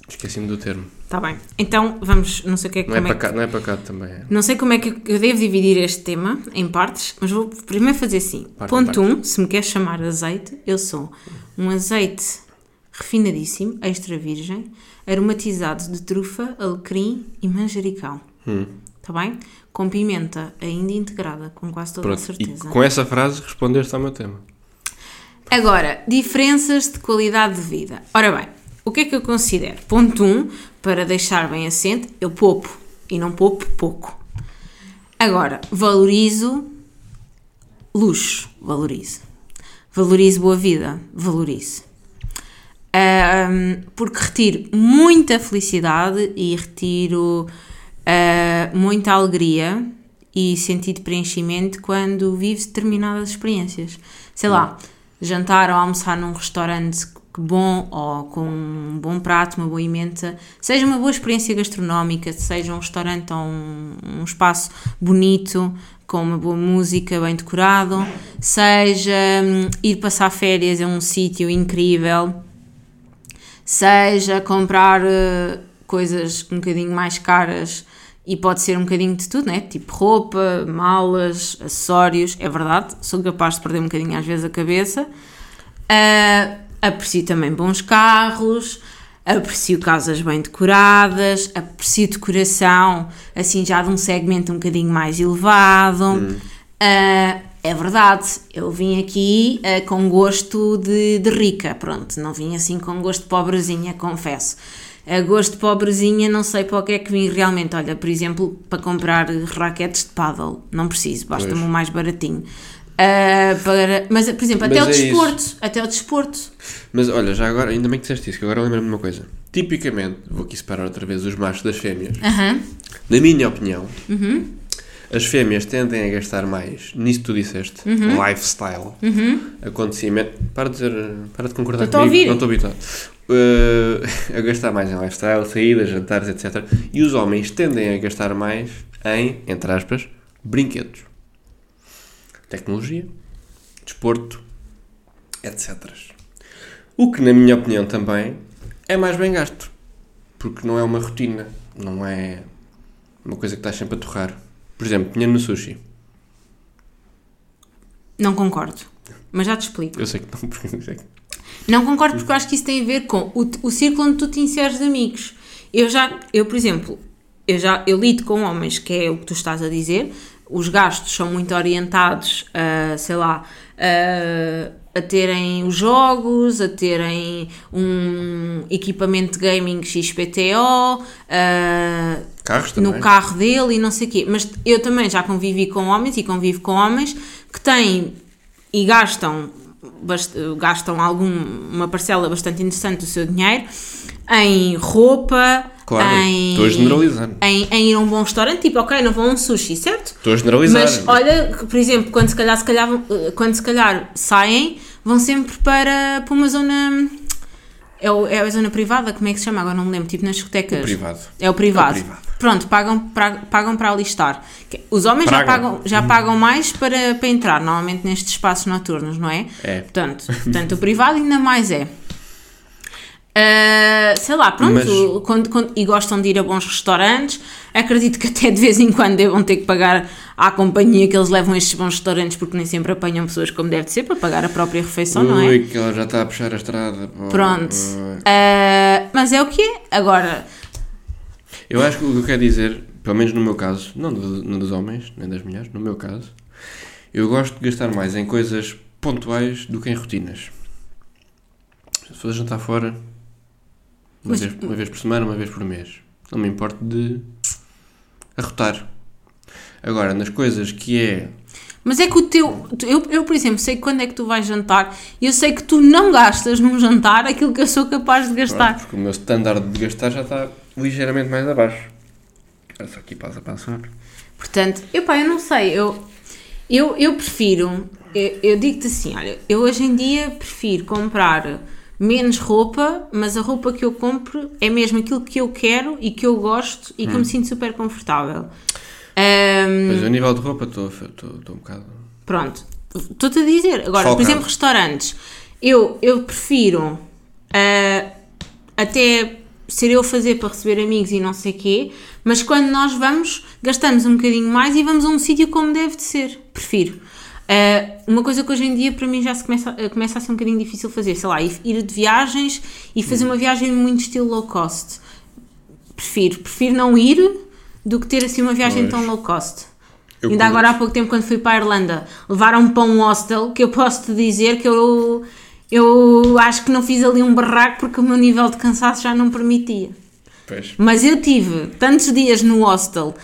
A: esqueci-me do termo.
B: Está bem. Então vamos, não sei o que é,
A: Não é,
B: como é
A: para
B: que.
A: cá, não é para cá também. é.
B: Não sei como é que eu- eu devo dividir este tema em partes, mas vou primeiro fazer assim.
A: Parte em
B: Ponto 1, um, se me queres chamar azeite, eu sou um azeite refinadíssimo, extra virgem, aromatizado de trufa, alecrim e manjericão.
A: Hum.
B: Está bem? Com pimenta ainda integrada, com quase toda a
A: Pronto, e
B: certeza.
A: com essa frase respondeste ao meu tema.
B: Agora, diferenças de qualidade de vida. Ora bem, o que é que eu considero? Ponto 1, um, para deixar bem assente, eu poupo e não poupo pouco. Agora, valorizo luxo, valorizo. Valorizo boa vida, valorizo. Ahm, porque retiro muita felicidade e retiro ah, muita alegria e sentido de preenchimento quando vives determinadas experiências. Sei lá, jantar ou almoçar num restaurante que bom ou com um bom prato, uma boa emenda, seja uma boa experiência gastronómica, seja um restaurante ou um, um espaço bonito, com uma boa música, bem decorado, seja hum, ir passar férias a um sítio incrível seja comprar eh, coisas um bocadinho mais caras e pode ser um bocadinho de tudo, né? Tipo roupa, malas, acessórios, é verdade, sou capaz de perder um bocadinho às vezes a cabeça. Ah, aprecio também bons carros, aprecio casas bem decoradas, aprecio decoração, assim já de um segmento um bocadinho mais elevado.
A: Hum.
B: Ah, é verdade, eu vim aqui ah, com gosto de, de rica, pronto, não vim assim com gosto de pobrezinha, confesso. A gosto de pobrezinha, não sei para o que é que vim realmente. Olha, por exemplo, para comprar raquetes de paddle, não preciso, basta-me o mais baratinho. Ah, para- mas, por exemplo, até
A: Mas
B: o
A: é isso.
B: desporto, até o desporto.
A: Mas olha, já agora, ainda bem que disseste isso, que agora lembro-me de uma coisa. Tipicamente, vou aqui separar outra vez os machos das fêmeas.
B: Aham.
A: Na minha opinião,
B: Uhum.
A: as fêmeas tendem a gastar mais nisso que tu disseste,
B: Uhum.
A: lifestyle, acontecimento. Para de, dizer, para de concordar
B: Estou a
A: comigo,
B: ouvir.
A: não estou habituado. Eh, a gastar mais em lifestyle, saídas, jantares, etc. E os homens tendem a gastar mais em, entre aspas, brinquedos, tecnologia, desporto, etc. O que, na minha opinião, também é mais bem gasto. Porque não é uma rotina, não é uma coisa que estás sempre a torrar. Por exemplo, dinheiro no sushi.
B: Não concordo. Mas já te explico.
A: Eu sei que não, porque não sei.
B: Não concordo porque eu acho que isso tem a ver com o, o círculo onde tu te inseres de amigos. Eu já, eu por exemplo, eu já eu lido com homens, que é o que tu estás a dizer, os gastos são muito orientados a, sei lá, a, a terem os jogos, a terem um equipamento de gaming XPTO, a
A: Carros também.
B: no carro dele e não sei o quê. Mas eu também já convivi com homens e convivo com homens que têm e gastam, bast- gastam algum, uma parcela bastante interessante do seu dinheiro em roupa,
A: Claro,
B: em,
A: estou a generalizar.
B: Em, em ir a um bom restaurante, tipo, ok, não vão a um sushi, certo?
A: Estou a generalizar.
B: Mas olha, que, por exemplo, quando se calhar, se calhar vão- quando se calhar saem, vão sempre para, para uma zona. É, o- é a zona privada, como é que se chama? Agora não me lembro, tipo nas discotecas.
A: O privado.
B: É o privado.
A: É o privado.
B: Pronto, pagam para, pagam para alistar. Que- Os homens já
A: Pragam.
B: pagam, já pagam mais para, para entrar, normalmente nestes espaços noturnos, não é?
A: É.
B: Portanto, portanto o privado ainda mais é. Ah, sei lá, pronto,
A: Mas-
B: quando- quando- e gostam de ir a bons restaurantes. Acredito que até de vez em quando devam ter que pagar à companhia que eles levam estes bons restaurantes, porque nem sempre apanham pessoas como deve de ser para pagar a própria refeição, não é?
A: Ui, que ela já está a puxar a estrada. pô.
B: Pronto.
A: Ui.
B: Ah, mas é o que é. Agora,
A: Eu acho que o que eu quero dizer, pelo menos no meu caso, não, do- não dos homens, nem das mulheres, no meu caso, eu gosto de gastar mais em coisas pontuais do que em rotinas. Se for jantar fora, uma,
B: Mas-
A: vez, uma vez por semana, uma vez por mês. Não me importo de arrotar. Agora, nas coisas que é
B: mas é que o teu. tu- Eu, eu, por exemplo, sei quando é que tu vais jantar e eu sei que tu não gastas num jantar aquilo que eu sou capaz de
A: Pronto,
B: gastar.
A: Porque o meu standard de gastar já está ligeiramente mais abaixo. Olha só aqui pausa para passar.
B: Portanto, epá, eu não sei, eu, eu, eu prefiro, eu, eu digo-te assim, olha, eu hoje em dia prefiro comprar menos roupa, mas a roupa que eu compro é mesmo aquilo que eu quero e que eu gosto e que eu me sinto super confortável. Ahm,
A: Mas a nível de roupa estou estou- estou um bocado.
B: Pronto, estou-te a dizer. Agora,
A: Desfalcado.
B: por exemplo, restaurantes. Eu, eu prefiro ah, até ser eu a fazer para receber amigos e não sei quê, mas quando nós vamos, gastamos um bocadinho mais e vamos a um sítio como deve de ser. Prefiro. Ah, uma coisa que hoje em dia para mim já se começa, ah, começa a ser um bocadinho difícil fazer, sei lá, ir ir de viagens e fazer uma viagem muito estilo low cost. Prefiro, prefiro não ir do que ter assim uma viagem
A: Pois.
B: tão low cost.
A: Eu
B: Ainda
A: concordo.
B: agora há pouco tempo quando fui para a Irlanda, levaram-me para um hostel que eu posso te dizer que eu, eu acho que não fiz ali um barraco porque o meu nível de cansaço já não permitia.
A: Pois.
B: Mas eu tive tantos dias no hostel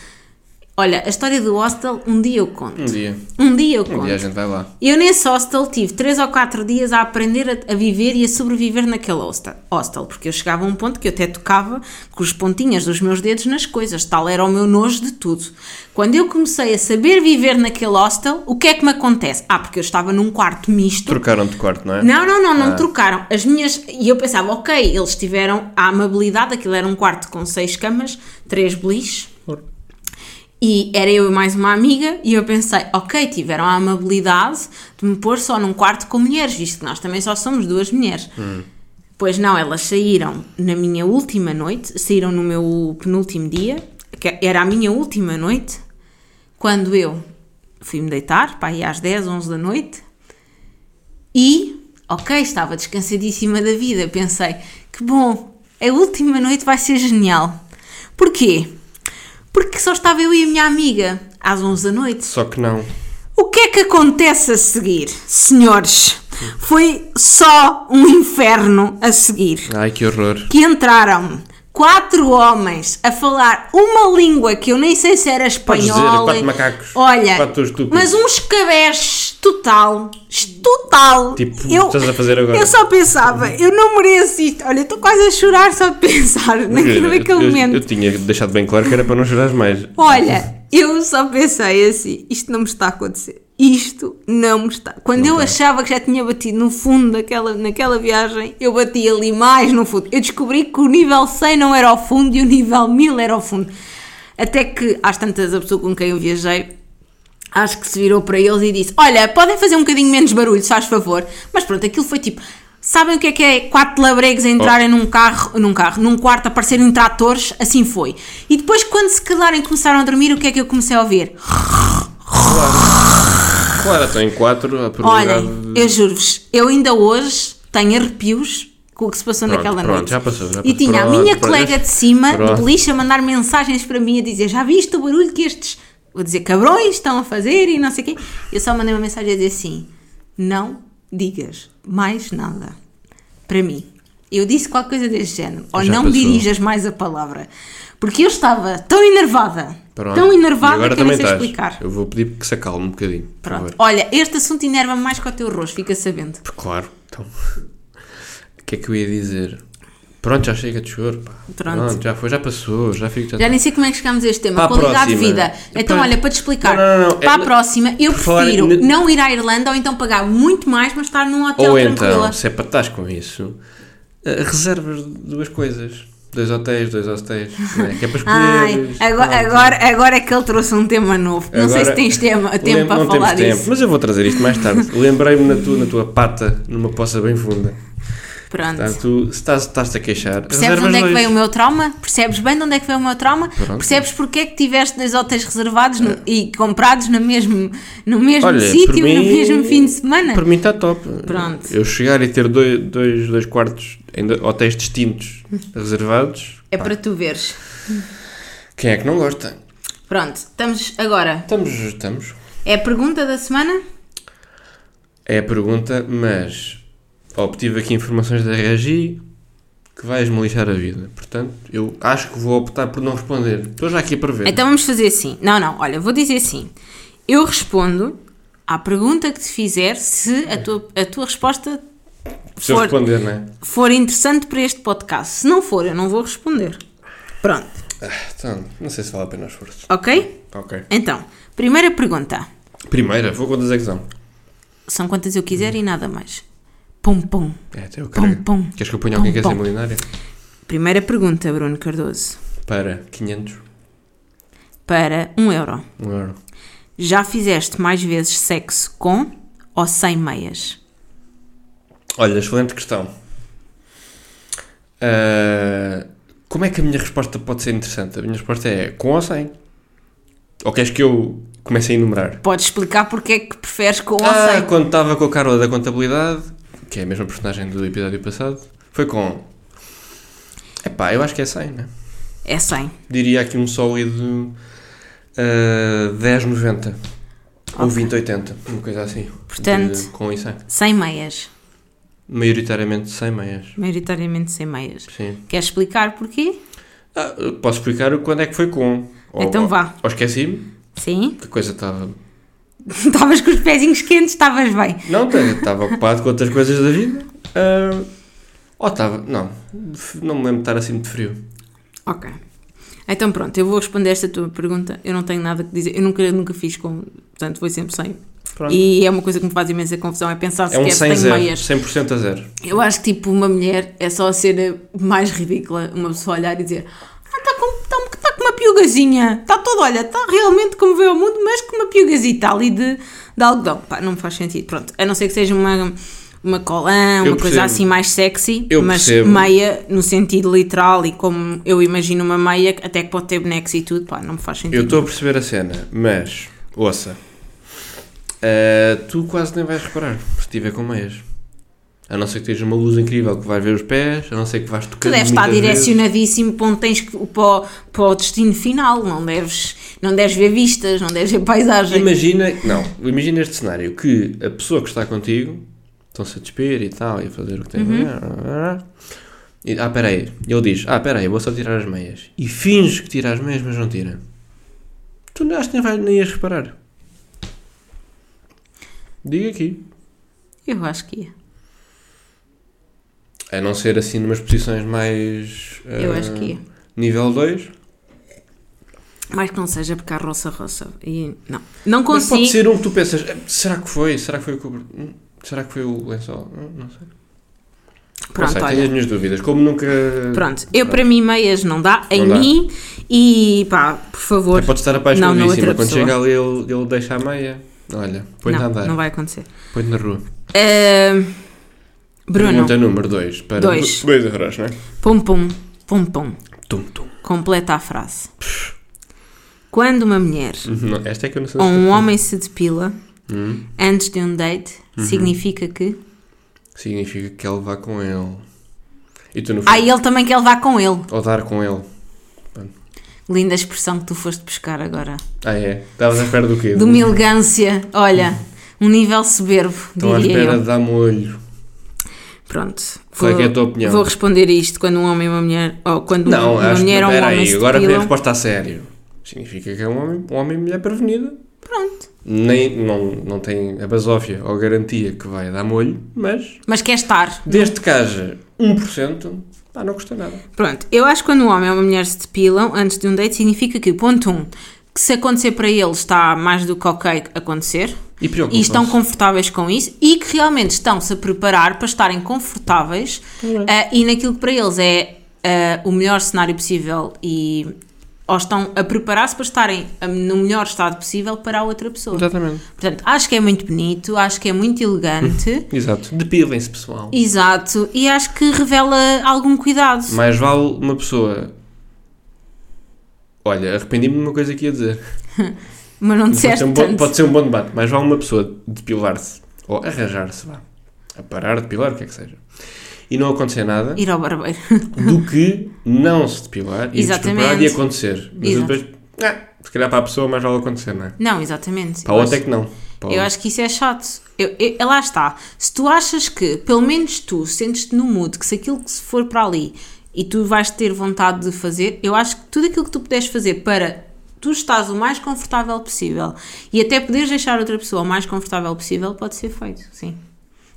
B: Olha, a história do hostel, um dia eu conto.
A: Um dia.
B: Um dia eu conto.
A: Um dia a gente vai lá.
B: Eu nesse hostel tive 3 ou 4 dias a aprender a, a viver e a sobreviver naquele hosta- hostel, porque eu chegava a um ponto que eu até tocava com os pontinhas dos meus dedos nas coisas, tal era o meu nojo de tudo. Quando eu comecei a saber viver naquele hostel, o que é que me acontece? Ah, porque eu estava num quarto misto.
A: Trocaram-te de quarto, não é?
B: Não, não, não, não me trocaram. As minhas. E eu pensava, ok, eles tiveram a amabilidade, aquilo era um quarto com seis camas, três belis. E era eu e mais uma amiga, e eu pensei, ok, tiveram a amabilidade de me pôr só num quarto com mulheres, visto que nós também só somos duas mulheres. Pois não, elas saíram na minha última noite, saíram no meu penúltimo dia, que era a minha última noite, quando eu fui-me deitar, pá, aí às 10, 11 da noite, e, ok, estava descansadíssima da vida. Pensei, que bom, a última noite vai ser genial. Porquê? Porque só estava eu e a minha amiga às 11 da noite.
A: Só que não.
B: O que é que acontece a seguir, senhores? Foi só um inferno a seguir
A: Ai, que horror.
B: que entraram quatro homens a falar uma língua que eu nem sei se era
A: dizer,
B: espanhola.
A: quatro macacos,
B: Olha,
A: quatro estúpidos.
B: mas uns cabés total, total.
A: Tipo, estás a fazer agora.
B: Eu só pensava, eu não mereço isto. Olha, eu estou quase a chorar só de pensar naquele,
A: Eu-
B: naquele
A: eu,
B: é momento.
A: eu tinha deixado bem claro que era para não chorar mais.
B: Olha, eu só pensei assim: isto não me está a acontecer. Isto não me está. Quando eu achava que já tinha batido no fundo daquela, naquela viagem, eu bati ali mais no fundo. Eu descobri que o nível 100 não era o fundo e o nível 1000 era o fundo. Até que, às tantas, a pessoa com quem eu viajei, acho que se virou para eles e disse: Olha, podem fazer um bocadinho menos barulho, se faz favor. Mas pronto, aquilo foi tipo. Sabem o que é que é quatro labregos a entrarem num carro, num carro, num quarto, aparecerem tratores? Assim foi. E depois, quando se calarem e começaram a dormir, o que é que eu comecei a ouvir?
A: Claro, estão em quatro, um a probabilidade.
B: Olhem, eu juro-vos, eu ainda hoje tenho arrepios com o que se passou
A: Pronto,
B: naquela
A: pronto,
B: noite.
A: já passou, já
B: E
A: passou.
B: tinha a
A: Pronto,
B: minha
A: pronto,
B: colega
A: este-
B: de cima,
A: pronto.
B: de beliche, a mandar mensagens para mim a dizer: Já viste o barulho que estes, vou dizer, cabrões estão a fazer e não sei o quê. Eu só mandei uma mensagem a dizer assim: Não digas mais nada para mim. Eu disse qualquer coisa deste género. Ou
A: Já
B: não
A: passou.
B: dirijas mais a palavra. Porque eu estava tão enervada,
A: Pronto.
B: tão
A: E
B: enervada
A: agora
B: que eu
A: também
B: nem sei
A: estás.
B: explicar.
A: Eu vou pedir que se acalme um bocadinho. por
B: Pronto.
A: favor.
B: Olha, este assunto enerva-me mais que o teu rosto, fica sabendo.
A: Claro, então. O que é que eu ia dizer? Pronto, já chega de choro, pá.
B: Pronto.
A: já foi, já passou, já tá- fico.
B: Já nem sei como é que chegámos a este tema.
A: Para a
B: qualidade de
A: próxima.
B: vida. Então,
A: Para-
B: olha, para te explicar,
A: Não, não, não, é-
B: para a próxima, eu
A: Por falar
B: prefiro
A: em-
B: não ir à Irlanda ou então pagar muito mais, mas estar num hotel
A: Ou
B: tá tranquila.
A: então, se é para estás com isso, eh, reservas duas coisas. Dois hotéis, dois hostéis. né? Que é para
B: Ai,
A: escolheres.
B: agora,
A: Pronto.
B: agora, agora é que ele trouxe um tema novo. Não sei
A: Agora-
B: se tens tema, tempo
A: Lem-
B: para
A: não
B: falar
A: temos
B: disso.
A: Tempo, mas eu vou trazer isto mais tarde. Lembrei-me na tua, na tua pata, numa poça bem funda.
B: Pronto.
A: Portanto, tu, se estás- estás-te a queixar,
B: Percebes
A: reservas
B: onde é que
A: dois.
B: veio o meu trauma? Percebes bem de onde é que veio o meu trauma?
A: Pronto. É.
B: Percebes porque é que tiveste dois hotéis reservados no- e comprados no mesmo, no mesmo
A: Olha, por
B: sítio e no
A: mim-
B: mesmo fim de semana?
A: Para mim está top.
B: Pronto.
A: Eu chegar e ter dois, dois, dois quartos em do- hotéis distintos reservados,
B: É para tu veres.
A: quem é que não gosta?
B: Pronto, estamos agora.
A: Estamos, estamos.
B: É a pergunta da semana?
A: É a pergunta, mas obtive aqui informações da Regi que vais-me lixar a vida. Portanto, eu acho que vou optar por não responder. Estou já aqui a prever.
B: Então vamos fazer assim. Não, não, olha, vou dizer assim. Eu respondo à pergunta que te fizer se a tua, a tua resposta
A: Se eu
B: for-
A: responder, não é?
B: for interessante para este podcast. Se não for, eu não vou responder. Pronto,
A: Ah, Então, não sei se vale a pena o esforço.
B: ok?
A: Ok.
B: Então, primeira pergunta.
A: Primeira, vou com a execução.
B: São quantas eu quiser e nada mais. Pum, pum.
A: É, até eu quero.
B: pum,
A: Queres que eu ponha alguém que quer
B: pum,
A: ser
B: pum.
A: milionário?
B: Primeira pergunta, Bruno Cardoso.
A: Para 500,
B: Para 1 um euro.
A: 1 euro.
B: Já fizeste mais vezes sexo com ou sem meias?
A: Olha, excelente questão. Ah, como é que a minha resposta pode ser interessante? A minha resposta é com ou sem? Ou queres que eu comece a enumerar?
B: Podes explicar porque é que preferes com ou
A: ah,
B: sem?
A: quando estava com a Carla da Contabilidade, que é a mesma personagem do episódio passado, foi com. Epá, eu acho que é 100, né?
B: É sem.
A: Diria aqui um sólido ah, 10,90 ou 20,80, uma coisa assim.
B: Portanto-
A: De- com e sem.
B: Sem meias.
A: Maioritariamente sem meias.
B: Maioritariamente sem meias.
A: Sim.
B: Queres explicar porquê?
A: Ah, eu posso explicar quando é que foi com. Ou-
B: Então vá.
A: Ou esqueci-me
B: Sim?
A: que a coisa estava.
B: Estavas com os pezinhos quentes, estavas bem.
A: Não, t- estava ocupado com outras coisas da vida. Ah, ou estava. Não, f- não me lembro de estar assim muito frio.
B: Ok. Então pronto, eu vou responder esta tua pergunta. Eu não tenho nada que dizer. Eu nunca, nunca fiz com. Portanto, vou sempre sem.
A: Pronto.
B: E é uma coisa que me faz imensa confusão, é pensar
A: é um
B: sequer se
A: 100
B: tenho
A: zero,
B: meias.
A: 100% a zero.
B: Eu acho que tipo uma mulher é só ser a mais ridícula, uma pessoa olhar e dizer Ah, está com, tá, um- tá com uma piugazinha, está toda, olha, está realmente como vê o mundo, mas com uma piugazita ali de, de algodão. Pá, não me faz sentido. Pronto, a não ser que seja uma, uma colã, uma coisa
A: percebo.
B: assim mais sexy,
A: Eu
B: mas
A: percebo.
B: meia no sentido literal e como eu imagino uma meia, que até que pode ter bonecos e tudo, pá, não me faz
A: Eu
B: sentido.
A: estou a perceber a cena, mas. Ouça. ah, tu quase nem vais reparar se estiver com meias. A não ser que tenhas uma luz incrível que vais ver os pés, a não ser que vais tocar.
B: Tu deves estar
A: muitas vezes.
B: direcionadíssimo para, onde tens que, para, o- para o destino final, não deves, não deves ver vistas, não deves ver paisagem.
A: Imagina, não, imagina este cenário que a pessoa que está contigo estão-se a despir e tal, e a fazer o que tem
B: Uhum.
A: a e, Ah, peraí, ele diz: Ah, peraí, vou só tirar as meias. E finge que tira as meias, mas não tira. Tu não- acho que nem, vai, nem ias reparar. Diga aqui.
B: Eu acho que ia.
A: A não ser assim, numas posições mais.
B: Eu
A: ah,
B: acho que ia.
A: Nível 2.
B: Mais que não seja porque há roça roça. E não. Não
A: Mas pode
B: consigo.
A: ser um que tu pensas: "Eh, Será que foi? Será que foi o cobro? Hum, Será que foi o lençol? Hum, Não sei. não
B: Pronto,
A: sei, tenho as
B: olha.
A: minhas dúvidas. Como nunca.
B: Pronto, eu para mim meias não dá em
A: Não dá.
B: mim e pá, por favor.
A: Até pode estar
B: Não, na outra
A: apaixonadíssima. Quando
B: pessoa.
A: chega ali, ele, ele deixa a meia. Olha, põe-te a
B: não,
A: andar.
B: não vai acontecer.
A: Põe-te na rua.
B: Ahm, Bruno,
A: Pergunta número 2. Para
B: Dois.
A: 2 euros, não é?
B: pum pum, pum pum.
A: Tum, tum.
B: Completa a frase. Quando uma mulher
A: Não, esta é que eu não sei.
B: ou
A: se-
B: um homem se depila
A: Hum,
B: antes de um date,
A: Uhum.
B: significa que.
A: significa que ele vá com ele. E tu no
B: Ah, e ele também quer levar com ele.
A: Ou dar com ele.
B: Linda expressão que tu foste buscar agora.
A: Ah, é? Estavas à espera do quê?
B: De uma elegância, olha, um nível soberbo,
A: Estão à
B: diria
A: espera
B: eu.
A: de dar-me olho.
B: Pronto.
A: Qual é que é a tua opinião?
B: Vou responder a isto quando um homem e uma mulher. Ou quando
A: Não,
B: uma
A: acho que
B: mulher
A: não.
B: ou um homem
A: Peraí,
B: se
A: agora vem a
B: depilam.
A: resposta a sério. Significa que é um homem, um homem e mulher prevenida.
B: Pronto.
A: Nem, não, não tem a basófia ou garantia que vai dar-me olho, mas
B: Mas quer estar.
A: Desde que haja 1%, pá, não custa nada.
B: Pronto. Eu acho que quando um homem ou uma mulher se depilam antes de um date, significa que, ponto um, que se acontecer para eles está mais do que ok acontecer.
A: E preocupa
B: E estão confortáveis com isso e que realmente estão-se a preparar para estarem confortáveis ah, e naquilo que para eles é ah, o melhor cenário possível e ou estão a preparar-se para estarem ah, no melhor estado possível para a outra pessoa.
A: Exatamente.
B: Portanto, acho que é muito bonito, acho que é muito elegante,
A: Exato. Depilem-se, pessoal.
B: exato, e acho que revela algum cuidado.
A: Mais vale uma pessoa. Olha, arrependi-me de uma coisa que ia dizer.
B: Mas não
A: Mas Pode
B: disseste
A: ser, um bom,
B: tanto.
A: pode ser um bom debate. Mais vale uma pessoa depilar-se ou arranjar-se, vá. A parar, depilar, o que é que seja. E não acontecer nada
B: Ir ao barbeiro.
A: do que não se depilar e
B: Exatamente.
A: despreparar e acontecer. Mas
B: Exato.
A: depois, ah, se calhar para a pessoa mais vale acontecer, não é?
B: Não, exatamente.
A: Para
B: Eu
A: o
B: acho-
A: até que não. Para o-
B: Eu acho que isso é chato. Eu, eu- eh, lá está. Se tu achas que, pelo menos tu, sentes-te no mood, que se aquilo que se for para ali e tu vais ter vontade de fazer, eu acho que tudo aquilo que tu puderes fazer para tu estás o mais confortável possível e até poderes deixar outra pessoa o mais confortável possível, pode ser feito, sim.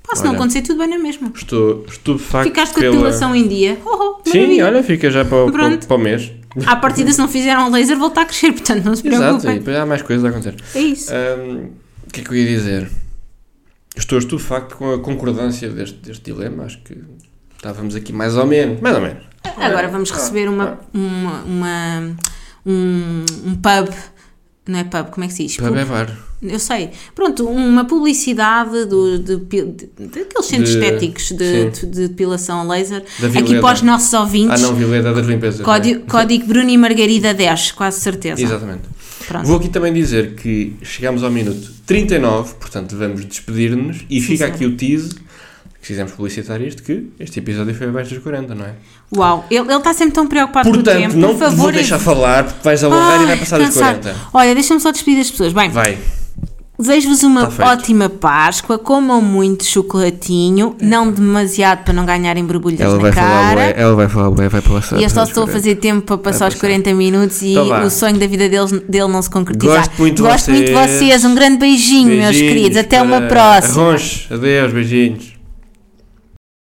B: Pá, se não
A: Olha.
B: acontecer, tudo bem na mesma.
A: Estou estupefacto
B: Ficaste com a
A: pela-
B: depilação em dia. Oh, oh,
A: Sim,
B: maravilha.
A: olha, fica já para, o- para,
B: Pronto.
A: o- para o mês.
B: À partida, se não fizeram laser, volta a crescer, portanto, não se
A: Exato, e
B: preocupem.
A: depois há mais coisas a acontecer.
B: É isso.
A: Ahm, O que é que eu ia dizer? Estou estupefacto com a concordância deste, deste dilema. Acho que estávamos aqui mais ou menos. Mais ou menos.
B: É, Agora vamos
A: Ah,
B: receber uma, uma, uma- um, um pub, não é pub, como é que se diz?
A: Para beber.
B: Eu sei. Pronto, uma publicidade do, de, pi- de- daqueles centros
A: De-
B: estéticos de, de, de depilação a laser.
A: Da
B: Aqui
A: Vileda.
B: para os nossos
A: Ah,
B: ouvintes,
A: não, Violeta das Limpezas.
B: código,
A: né?
B: código Bruno e Margarida 10, quase certeza.
A: Exatamente.
B: Pronto.
A: Vou aqui também dizer que chegámos ao minuto 39, portanto vamos despedir-nos e fica
B: senhora.
A: aqui o tease. que Quisemos publicitar isto, que este episódio foi abaixo dos 40, não é?
B: Uau, ele ele está sempre tão preocupado com o
A: Portanto,
B: tempo.
A: não
B: Por
A: te
B: favor,
A: vou deixar
B: eu-
A: falar, porque vais alongar e
B: Ai,
A: vai passar dos
B: cansado.
A: 40.
B: Olha, deixa-me só despedir as pessoas. Bem,
A: Vai.
B: Desejo-vos uma
A: Tá feito.
B: ótima Páscoa. Comam muito chocolatinho, não demasiado para não ganharem borbulhas
A: Ela
B: na
A: vai, falar
B: cara.
A: bué, Tá ela vai falar bué, vai passar.
B: E eu só
A: passar
B: estou a
A: os
B: fazer tempo para passar os
A: passar.
B: 40 minutos e
A: Então vá.
B: o sonho da vida deles, dele não se concretizar.
A: Gosto muito de
B: Gosto muito de
A: vocês.
B: vocês. Um grande beijinho, meus
A: Beijinhos
B: queridos. Até uma
A: para
B: próxima.
A: Arronches. Adeus, beijinhos.